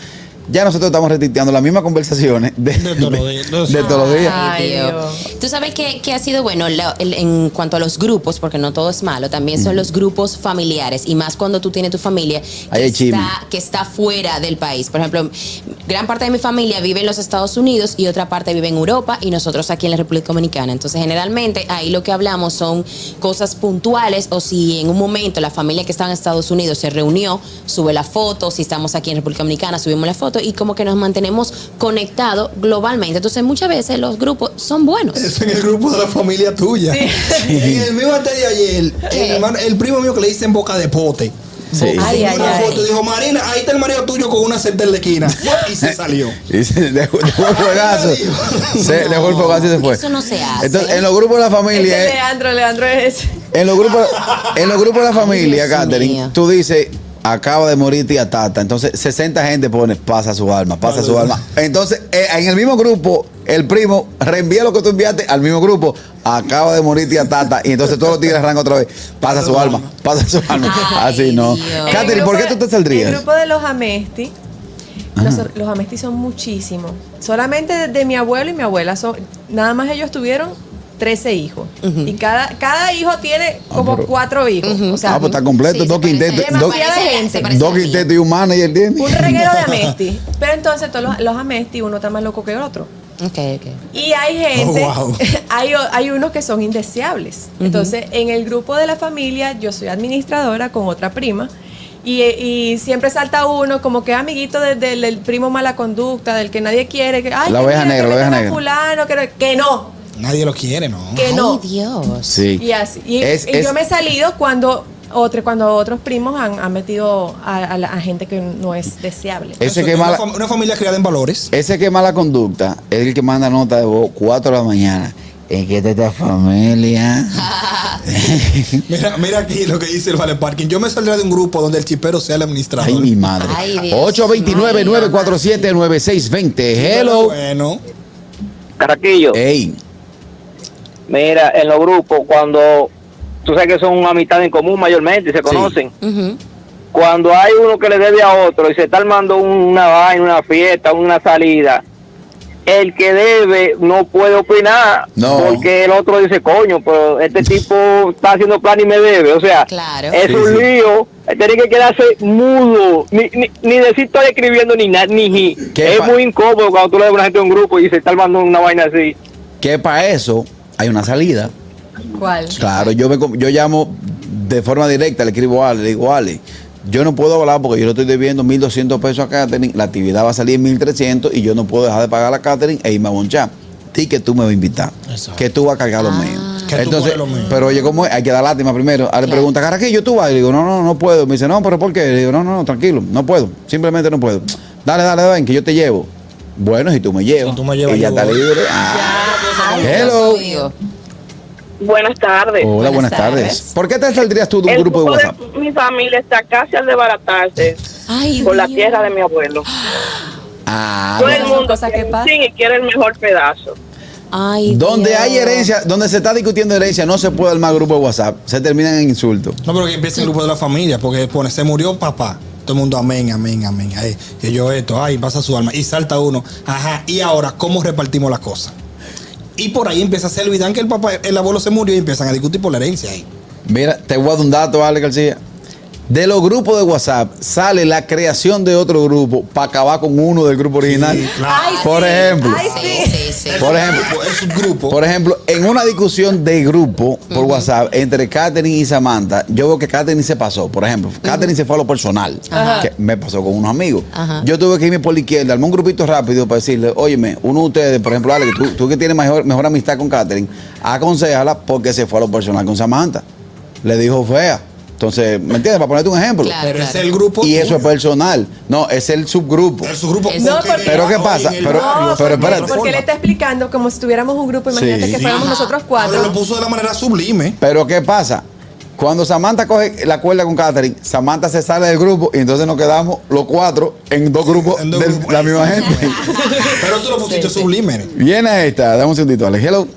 Speaker 2: Ya nosotros estamos retuiteando las mismas conversaciones de,
Speaker 5: De todos los días.
Speaker 2: de todos los días.
Speaker 3: Ay,
Speaker 4: Ay,
Speaker 3: Dios.
Speaker 4: Dios. Tú sabes que, que ha sido bueno la- el- en cuanto a los grupos, porque no todo es malo, también
Speaker 2: Mm.
Speaker 4: son los grupos familiares y más cuando tú tienes tu familia
Speaker 2: Ahí
Speaker 4: que
Speaker 2: hay chisme.
Speaker 4: está, que está fuera del país. Por ejemplo, gran parte de mi familia vive en los Estados Unidos y otra parte vive en Europa y nosotros aquí en la República Dominicana. Entonces, generalmente ahí lo que hablamos son cosas puntuales o si en un momento la familia que está en Estados Unidos se reunió, sube la foto, si estamos aquí en República Dominicana, subimos la foto y como que nos mantenemos conectados globalmente. Entonces, muchas veces los grupos son buenos.
Speaker 5: Eso en el grupo de la familia tuya. (laughs) En el mismo anterior ayer, el, hermano- el primo mío que le dicen boca de pote.
Speaker 2: Sí.
Speaker 3: Ay,
Speaker 5: Subió
Speaker 3: ay,
Speaker 5: una
Speaker 3: ay.
Speaker 5: foto y dijo, Marina, ahí está el marido tuyo con una cerda en la esquina. Fue Y se salió.
Speaker 2: Y se dejó, dejó el fuegazo. Se dejó el fuegazo y se fue.
Speaker 4: Eso no se hace.
Speaker 2: Entonces, en los grupos de la familia,
Speaker 3: Ese
Speaker 2: eh,
Speaker 3: Leandro, Leandro es.
Speaker 2: en los grupos, en los grupos de la familia,
Speaker 4: Ay, Dios
Speaker 2: Catherine,
Speaker 4: mío.
Speaker 2: tú dices, acaba de morir tía Tata. Entonces, 60 gente pone, pasa su alma, pasa su alma. Entonces, eh, en el mismo grupo, el primo reenvía lo que tú enviaste al mismo grupo. Acaba de morir tía Tata. Y entonces todos los tigres arrancan otra vez. Pasa su alma, pasa su alma.
Speaker 4: Ay,
Speaker 2: Así no.
Speaker 4: Dios.
Speaker 3: El
Speaker 2: Ah. Catherine,
Speaker 3: grupo
Speaker 2: ¿por qué
Speaker 3: de-
Speaker 2: tú te
Speaker 3: El
Speaker 2: saldrías?
Speaker 3: grupo de los Amesti. nosotros- los Amesti son muchísimos. Solamente de, de mi abuelo y mi abuela son. Nada más ellos tuvieron 13 hijos. Y cada, cada hijo tiene como
Speaker 2: Ah, pero-
Speaker 3: cuatro hijos. O sea,
Speaker 2: Ah, pues está completo,
Speaker 4: se
Speaker 2: dos
Speaker 4: parece-
Speaker 2: quintetos,
Speaker 4: se
Speaker 3: dos-
Speaker 4: parece- se
Speaker 3: gente.
Speaker 4: parece a
Speaker 2: Dos
Speaker 4: mí.
Speaker 2: quintetos y un manager tiene.
Speaker 3: un reguero de Amesti. Pero entonces todos los, los Amesti, uno está más loco que el otro.
Speaker 4: Ok, ok.
Speaker 3: Y hay gente,
Speaker 5: Oh, wow.
Speaker 3: (laughs) hay, o- hay unos que son indeseables. Entonces, en el grupo de la familia, yo soy administradora con otra prima. Y, y siempre salta uno como que es amiguito de- del, del primo mala conducta, del que nadie quiere. Que, ay,
Speaker 2: La
Speaker 3: que
Speaker 2: oveja
Speaker 3: mira,
Speaker 2: negra,
Speaker 3: que
Speaker 2: la oveja
Speaker 3: venga
Speaker 2: negra.
Speaker 3: fulano, que, no- que no,
Speaker 5: (laughs) Nadie lo quiere, ¿no?
Speaker 3: que no.
Speaker 4: Ay, Dios.
Speaker 2: (laughs) Sí.
Speaker 3: Y, así, y,
Speaker 2: Es-
Speaker 3: y
Speaker 2: es-
Speaker 3: yo me he salido cuando, otro, cuando otros primos han, han metido a, a la- a gente que no es deseable.
Speaker 2: Ese
Speaker 5: Eso
Speaker 2: que
Speaker 5: es una,
Speaker 2: mala-
Speaker 5: fam- una familia criada en valores.
Speaker 2: Ese que mala conducta es el que manda nota de voz 4 de la mañana. ¿En qué está esta familia?
Speaker 5: Mira, mira aquí lo que dice el Vale Parking. Yo me saldría de un grupo donde el chipero sea el administrador.
Speaker 2: Ay, mi madre.
Speaker 4: Ay, Dios
Speaker 2: 829-947-9620.
Speaker 5: Pero
Speaker 2: Hello.
Speaker 5: Bueno.
Speaker 10: Caraquillo,
Speaker 2: Ey.
Speaker 10: mira, en los grupos, cuando tú sabes que son una amistad en común mayormente, se conocen.
Speaker 4: Ujú.
Speaker 10: Cuando hay uno que le debe a otro y se está armando una vaina, una fiesta, una salida, el que debe no puede opinar
Speaker 2: No.
Speaker 10: porque el otro dice, coño, pero este tipo está haciendo plan y me debe. O sea,
Speaker 4: Claro.
Speaker 10: es
Speaker 2: Sí,
Speaker 10: un
Speaker 2: sí.
Speaker 10: lío. Tiene que quedarse mudo, ni, ni, ni decir estoy escribiendo ni nada, ni ji.
Speaker 2: ¿Qué
Speaker 10: Es
Speaker 2: pa-
Speaker 10: muy incómodo cuando tú le debes a una gente a un grupo y se está armando una vaina así.
Speaker 2: Que para eso hay una salida.
Speaker 3: ¿Cuál?
Speaker 2: Claro, yo, me, com- yo llamo de forma directa, le escribo a Ale, le digo, Ale, yo no puedo hablar porque yo le estoy debiendo 1.200 pesos a Catherine, la actividad va a salir en 1.300 y yo no puedo dejar de pagar a Catherine e irme a bonchar. Y que tú me vas a invitar,
Speaker 5: Exacto.
Speaker 2: que tú vas a cargar los
Speaker 4: Ah.
Speaker 2: medios.
Speaker 5: Que tú
Speaker 2: Entonces,
Speaker 5: pones los medios.
Speaker 2: pero oye, ¿cómo es? Hay que dar lástima primero. Ale pregunta, Carraquillo, tú vas. Y le digo, no, no, no puedo. Me dice, no, pero ¿por qué? Le digo, no, no, no, tranquilo, no puedo, simplemente no puedo. Dale, dale, ven, que yo te llevo. Bueno, si tú me llevas.
Speaker 5: Si tú me llevas,
Speaker 2: ella
Speaker 5: yo
Speaker 2: está
Speaker 5: voy.
Speaker 2: libre. Ah.
Speaker 4: Ay,
Speaker 2: Hello.
Speaker 4: Dios mío.
Speaker 11: Buenas tardes.
Speaker 2: Hola,
Speaker 4: Buenas
Speaker 2: buenas tardes.
Speaker 4: tardes.
Speaker 2: ¿Por qué te saldrías tú de un
Speaker 11: El
Speaker 2: grupo de WhatsApp?
Speaker 11: mi familia está casi al desbaratarse
Speaker 4: Ay,
Speaker 11: por la
Speaker 4: Dios.
Speaker 11: tierra de mi abuelo.
Speaker 2: Ah,
Speaker 11: Todo
Speaker 3: esas
Speaker 11: el
Speaker 3: son
Speaker 11: mundo
Speaker 3: cosas que
Speaker 11: quiere un
Speaker 3: pasan.
Speaker 11: chin y quiere el mejor pedazo.
Speaker 4: Ay,
Speaker 2: donde
Speaker 4: Dios.
Speaker 2: hay herencia, donde se está discutiendo herencia, no se puede armar grupo de WhatsApp. Se terminan en insultos.
Speaker 5: No, pero que empiece el grupo de la familia, porque pone, se murió papá. Todo el mundo, amén, amén, amén. Ay, que yo esto, ay, pasa su alma. Y salta uno, ajá, y ahora, ¿cómo repartimos las cosas? Y por ahí empieza a se olvidan que el papá, el abuelo se murió y empiezan a discutir por la herencia ahí.
Speaker 2: Mira, te voy a dar un dato, Ale García. De los grupos de WhatsApp sale la creación de otro grupo para acabar con uno del grupo original.
Speaker 3: Ay,
Speaker 2: Por
Speaker 3: sí,
Speaker 2: ejemplo.
Speaker 3: ay,
Speaker 4: Sí,
Speaker 2: (laughs)
Speaker 4: sí, sí.
Speaker 2: Por ejemplo,
Speaker 5: Es un grupo.
Speaker 2: Por ejemplo, en una discusión de grupo por WhatsApp entre Katherine y Samantha, yo veo que Katherine se pasó. Por ejemplo, Katherine se fue a lo personal, que me pasó con unos amigos.
Speaker 4: Ajá.
Speaker 2: Yo tuve que irme por la izquierda, armé un grupito rápido para decirle, óyeme, uno de ustedes, por ejemplo, Ale, que tú, tú que tienes mejor, mejor amistad con Katherine, aconsejala porque se fue a lo personal con Samantha. Le dijo fea. Entonces, ¿me entiendes? Para ponerte un ejemplo.
Speaker 4: Claro.
Speaker 5: pero es el grupo.
Speaker 2: Y eso es
Speaker 5: tuyo.
Speaker 2: personal. No, es el subgrupo.
Speaker 5: es su grupo.
Speaker 4: No,
Speaker 3: porque-
Speaker 2: Pero ¿qué pasa? Pero-
Speaker 3: No,
Speaker 2: pero
Speaker 3: porque,
Speaker 2: espérate.
Speaker 3: porque él está explicando como si tuviéramos un grupo, imagínate
Speaker 2: Sí.
Speaker 3: que
Speaker 2: Sí.
Speaker 3: fuéramos nosotros cuatro.
Speaker 5: Pero lo puso de la manera sublime.
Speaker 2: Pero ¿qué pasa? Cuando Samantha coge la cuerda con Katherine, Samantha se sale del grupo y entonces nos quedamos los cuatro en dos grupos
Speaker 5: En dos
Speaker 2: de
Speaker 5: grupos.
Speaker 2: la misma gente.
Speaker 5: Pero tú lo pusiste sublime. ¿eh?
Speaker 2: (laughs) Viene esta, dame un segundito, Alex. Hello.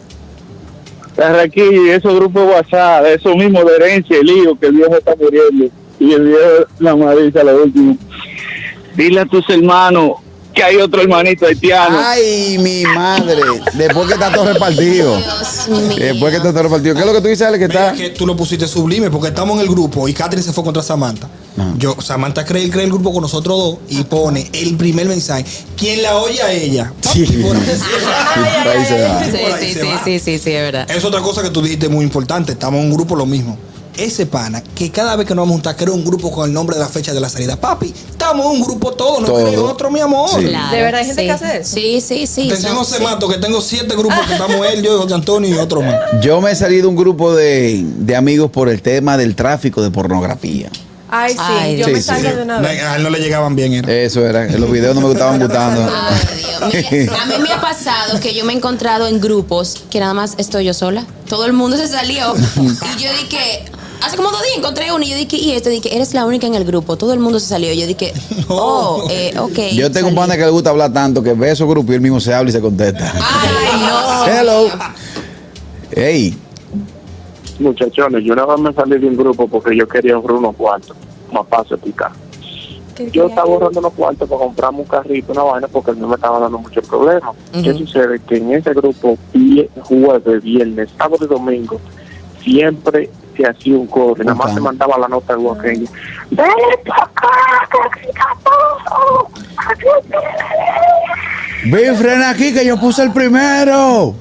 Speaker 9: Carraquillo, esos grupos de WhatsApp, eso mismo de herencia y lío, que el viejo está muriendo. Y el viejo la madre dice a lo último. Dile a tus hermanos que hay otro hermanito haitiano.
Speaker 2: Ay, mi madre. Después que está todo repartido. Después Eh, que está todo repartido. ¿Qué es lo que tú dices, Ale, que está?
Speaker 5: que tú lo pusiste sublime porque estamos en el grupo y Catherine se fue contra Samantha. Yo, Samantha cree, cree el grupo con nosotros dos y pone el primer mensaje. ¿Quién la oye a ella?
Speaker 2: Sí.
Speaker 5: ahí se va.
Speaker 4: Sí,
Speaker 5: Por ahí
Speaker 4: sí,
Speaker 5: se
Speaker 4: sí,
Speaker 5: va.
Speaker 4: sí, sí, sí, es verdad.
Speaker 5: Es otra cosa que tú dijiste muy importante. Estamos en un grupo lo mismo. Ese pana, que cada vez que nos vamos a juntar, crea un grupo con el nombre de la fecha de la salida. Papi, estamos en un grupo todos, no
Speaker 2: Todo.
Speaker 5: creo otro, mi amor.
Speaker 2: Sí.
Speaker 4: Claro,
Speaker 3: ¿De verdad hay gente
Speaker 4: sí.
Speaker 3: que hace eso?
Speaker 4: Sí, sí, sí.
Speaker 5: Atención,
Speaker 4: son-
Speaker 5: José
Speaker 4: sí.
Speaker 5: Mato, que tengo siete grupos que estamos él, yo, José Antonio y otro más.
Speaker 2: Yo me he salido de un grupo de, de amigos por el tema del tráfico de pornografía.
Speaker 3: Ay, sí,
Speaker 4: Ay,
Speaker 3: yo
Speaker 2: sí,
Speaker 3: me
Speaker 2: sí,
Speaker 3: salgo
Speaker 2: sí.
Speaker 3: de una
Speaker 5: No,
Speaker 3: vez.
Speaker 5: A él no le llegaban bien, era.
Speaker 2: Eso era. Los videos no me gustaban gustando.
Speaker 4: Ay,
Speaker 2: (laughs)
Speaker 4: Dios. Mira, a mí me ha pasado que yo me he encontrado en grupos que nada más estoy yo sola. Todo el mundo
Speaker 2: (laughs)
Speaker 4: se salió. Y yo dije, hace como dos días encontré uno y yo dije, y este, dije, eres la única en el grupo. Todo el mundo se salió. Yo
Speaker 5: (laughs)
Speaker 4: dije, oh, eh, ok.
Speaker 2: Yo tengo un
Speaker 4: salí.
Speaker 2: pana que le gusta hablar tanto que ve esos grupos y él mismo se habla y se contesta.
Speaker 4: Ay, no.
Speaker 2: Hello. Hey,
Speaker 8: Muchachones, yo una vez me salí de un grupo porque yo quería ahorrar unos cuartos. Más paso picar.
Speaker 3: ¿Qué-
Speaker 8: Yo
Speaker 3: qué-
Speaker 8: estaba ahorrando unos cuartos para comprarme un carrito, una vaina, porque no me estaba dando mucho problema. ¿Qué sucede? Que en ese grupo, vie- jueves, viernes, sábado y domingo, siempre se hacía un corre. Nada más
Speaker 2: Ok.
Speaker 8: se mandaba la nota de aquella. ¡Dale pa' acá, cacicatoso!
Speaker 2: ven frena aquí que yo puse el primero.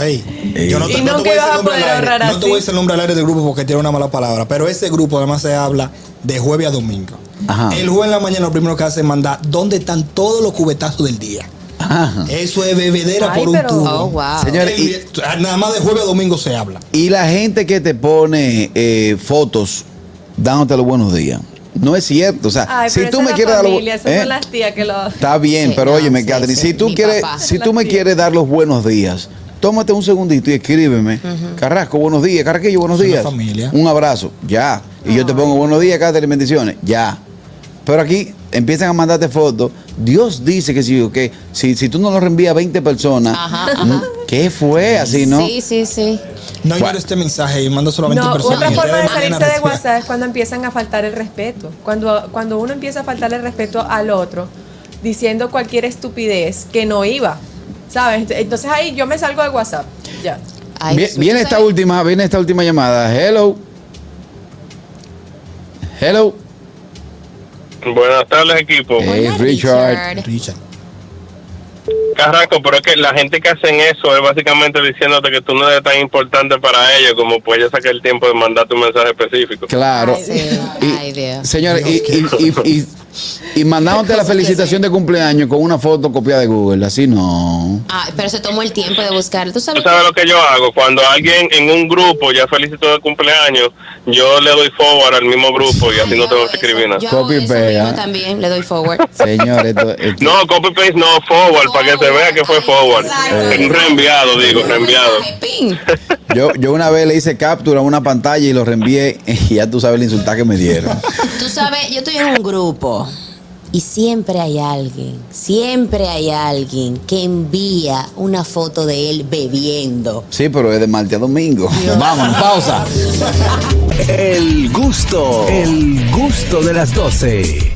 Speaker 5: Ey,
Speaker 2: Ey.
Speaker 5: yo no
Speaker 3: Y
Speaker 5: te, no
Speaker 3: nunca
Speaker 5: te voy a
Speaker 3: ibas a
Speaker 5: decir nombre al
Speaker 3: poder
Speaker 5: aire.
Speaker 3: ahorrar
Speaker 5: No te voy a
Speaker 3: así.
Speaker 5: decir nombre al aire del grupo porque tiene una mala palabra. Pero ese grupo además se habla de jueves a domingo.
Speaker 2: Ajá.
Speaker 5: El jueves en la mañana lo primero que hace es mandar dónde están todos los cubetazos del día.
Speaker 2: Ajá.
Speaker 5: Eso es bebedera
Speaker 3: Ay,
Speaker 5: por un
Speaker 2: (laughs)
Speaker 3: pero-
Speaker 5: tubo.
Speaker 4: Oh, wow.
Speaker 2: Señores,
Speaker 5: El- nada más de jueves a domingo se habla.
Speaker 2: Y la gente que te pone eh, fotos dándote los buenos días. No es cierto. O sea,
Speaker 3: Ay,
Speaker 2: si
Speaker 3: pero
Speaker 2: tú
Speaker 3: esa
Speaker 2: me
Speaker 3: es la
Speaker 2: quieres dar los
Speaker 3: familia,
Speaker 2: bu-
Speaker 3: esas
Speaker 2: ¿eh?
Speaker 3: son las tías que lo...
Speaker 2: Está bien,
Speaker 4: Sí,
Speaker 2: pero
Speaker 4: no,
Speaker 2: óyeme,
Speaker 4: sí,
Speaker 2: Catherine,
Speaker 4: sí,
Speaker 2: si tú
Speaker 4: mi
Speaker 2: quieres,
Speaker 4: papá.
Speaker 2: si tú me
Speaker 3: Las
Speaker 2: quieres dar los buenos días, tómate un segundito y escríbeme. Carrasco, buenos días, Carraquillo, buenos
Speaker 5: Es una
Speaker 2: días.
Speaker 5: familia.
Speaker 2: Un abrazo, ya. Y yo te pongo buenos días, Catherine, bendiciones, ya. Pero aquí empiezan a mandarte fotos. Dios dice que sí, que si, si tú no lo reenvías a 20 personas,
Speaker 4: Ajá, ajá.
Speaker 2: mm, ¿qué fue así, no?
Speaker 4: Sí, sí, sí.
Speaker 5: No
Speaker 2: Bueno.
Speaker 5: ignoro este mensaje y manda solamente
Speaker 3: No,
Speaker 5: personas.
Speaker 3: otra
Speaker 5: que
Speaker 3: forma
Speaker 5: ustedes
Speaker 3: de
Speaker 5: mañana
Speaker 3: salirse de
Speaker 5: reciban.
Speaker 3: WhatsApp es cuando empiezan a faltar el respeto. Cuando, cuando uno empieza a faltar el respeto al otro, diciendo cualquier estupidez que no iba. ¿Sabes? Entonces ahí yo me salgo de WhatsApp. Ya.
Speaker 4: Ay,
Speaker 2: Vie-
Speaker 4: Dios mío.
Speaker 2: viene esta última, viene esta última llamada. Hello. Hello.
Speaker 7: Buenas tardes, equipo.
Speaker 2: Eh.
Speaker 4: Hola,
Speaker 2: Hey, Richard.
Speaker 5: Richard.
Speaker 7: Carrasco, pero es que la gente que hacen eso es básicamente diciéndote que tú no eres tan importante para ellos como pues ya saqué el tiempo de mandarte un mensaje específico.
Speaker 2: Claro.
Speaker 4: Ay, sí.
Speaker 2: Y-
Speaker 4: Ay, Dios.
Speaker 2: Señores, y, y, y, y- y mandándote la felicitación de cumpleaños con una foto copiada de Google, así no.
Speaker 4: Ah, pero se tomó el tiempo de buscar. ¿Tú
Speaker 7: Tú
Speaker 4: sabes?
Speaker 7: sabes lo que yo hago, cuando alguien en un grupo ya felicito de cumpleaños, yo le doy forward al mismo grupo y así no
Speaker 4: Yo
Speaker 7: tengo
Speaker 4: hago
Speaker 7: que escribir
Speaker 4: eso.
Speaker 7: nada.
Speaker 4: Yo hago
Speaker 2: Copy y
Speaker 4: eso
Speaker 2: pega.
Speaker 4: mismo también le doy
Speaker 7: (laughs)
Speaker 4: forward.
Speaker 2: Señores, esto, esto-
Speaker 7: No, copy paste no, forward, para que se vea que fue forward.
Speaker 4: Exacto.
Speaker 7: Un reenviado, digo, reenviado.
Speaker 4: Ay, ping.
Speaker 2: Yo, yo una vez le hice captura a una pantalla y lo reenvié (laughs) y ya tú sabes la insulta que me dieron.
Speaker 4: Tú sabes, yo estoy en un grupo y siempre hay alguien, siempre hay alguien que envía una foto de él bebiendo.
Speaker 2: Sí, pero es de martes a domingo. Vamos, pausa.
Speaker 1: El gusto, el gusto de las 12.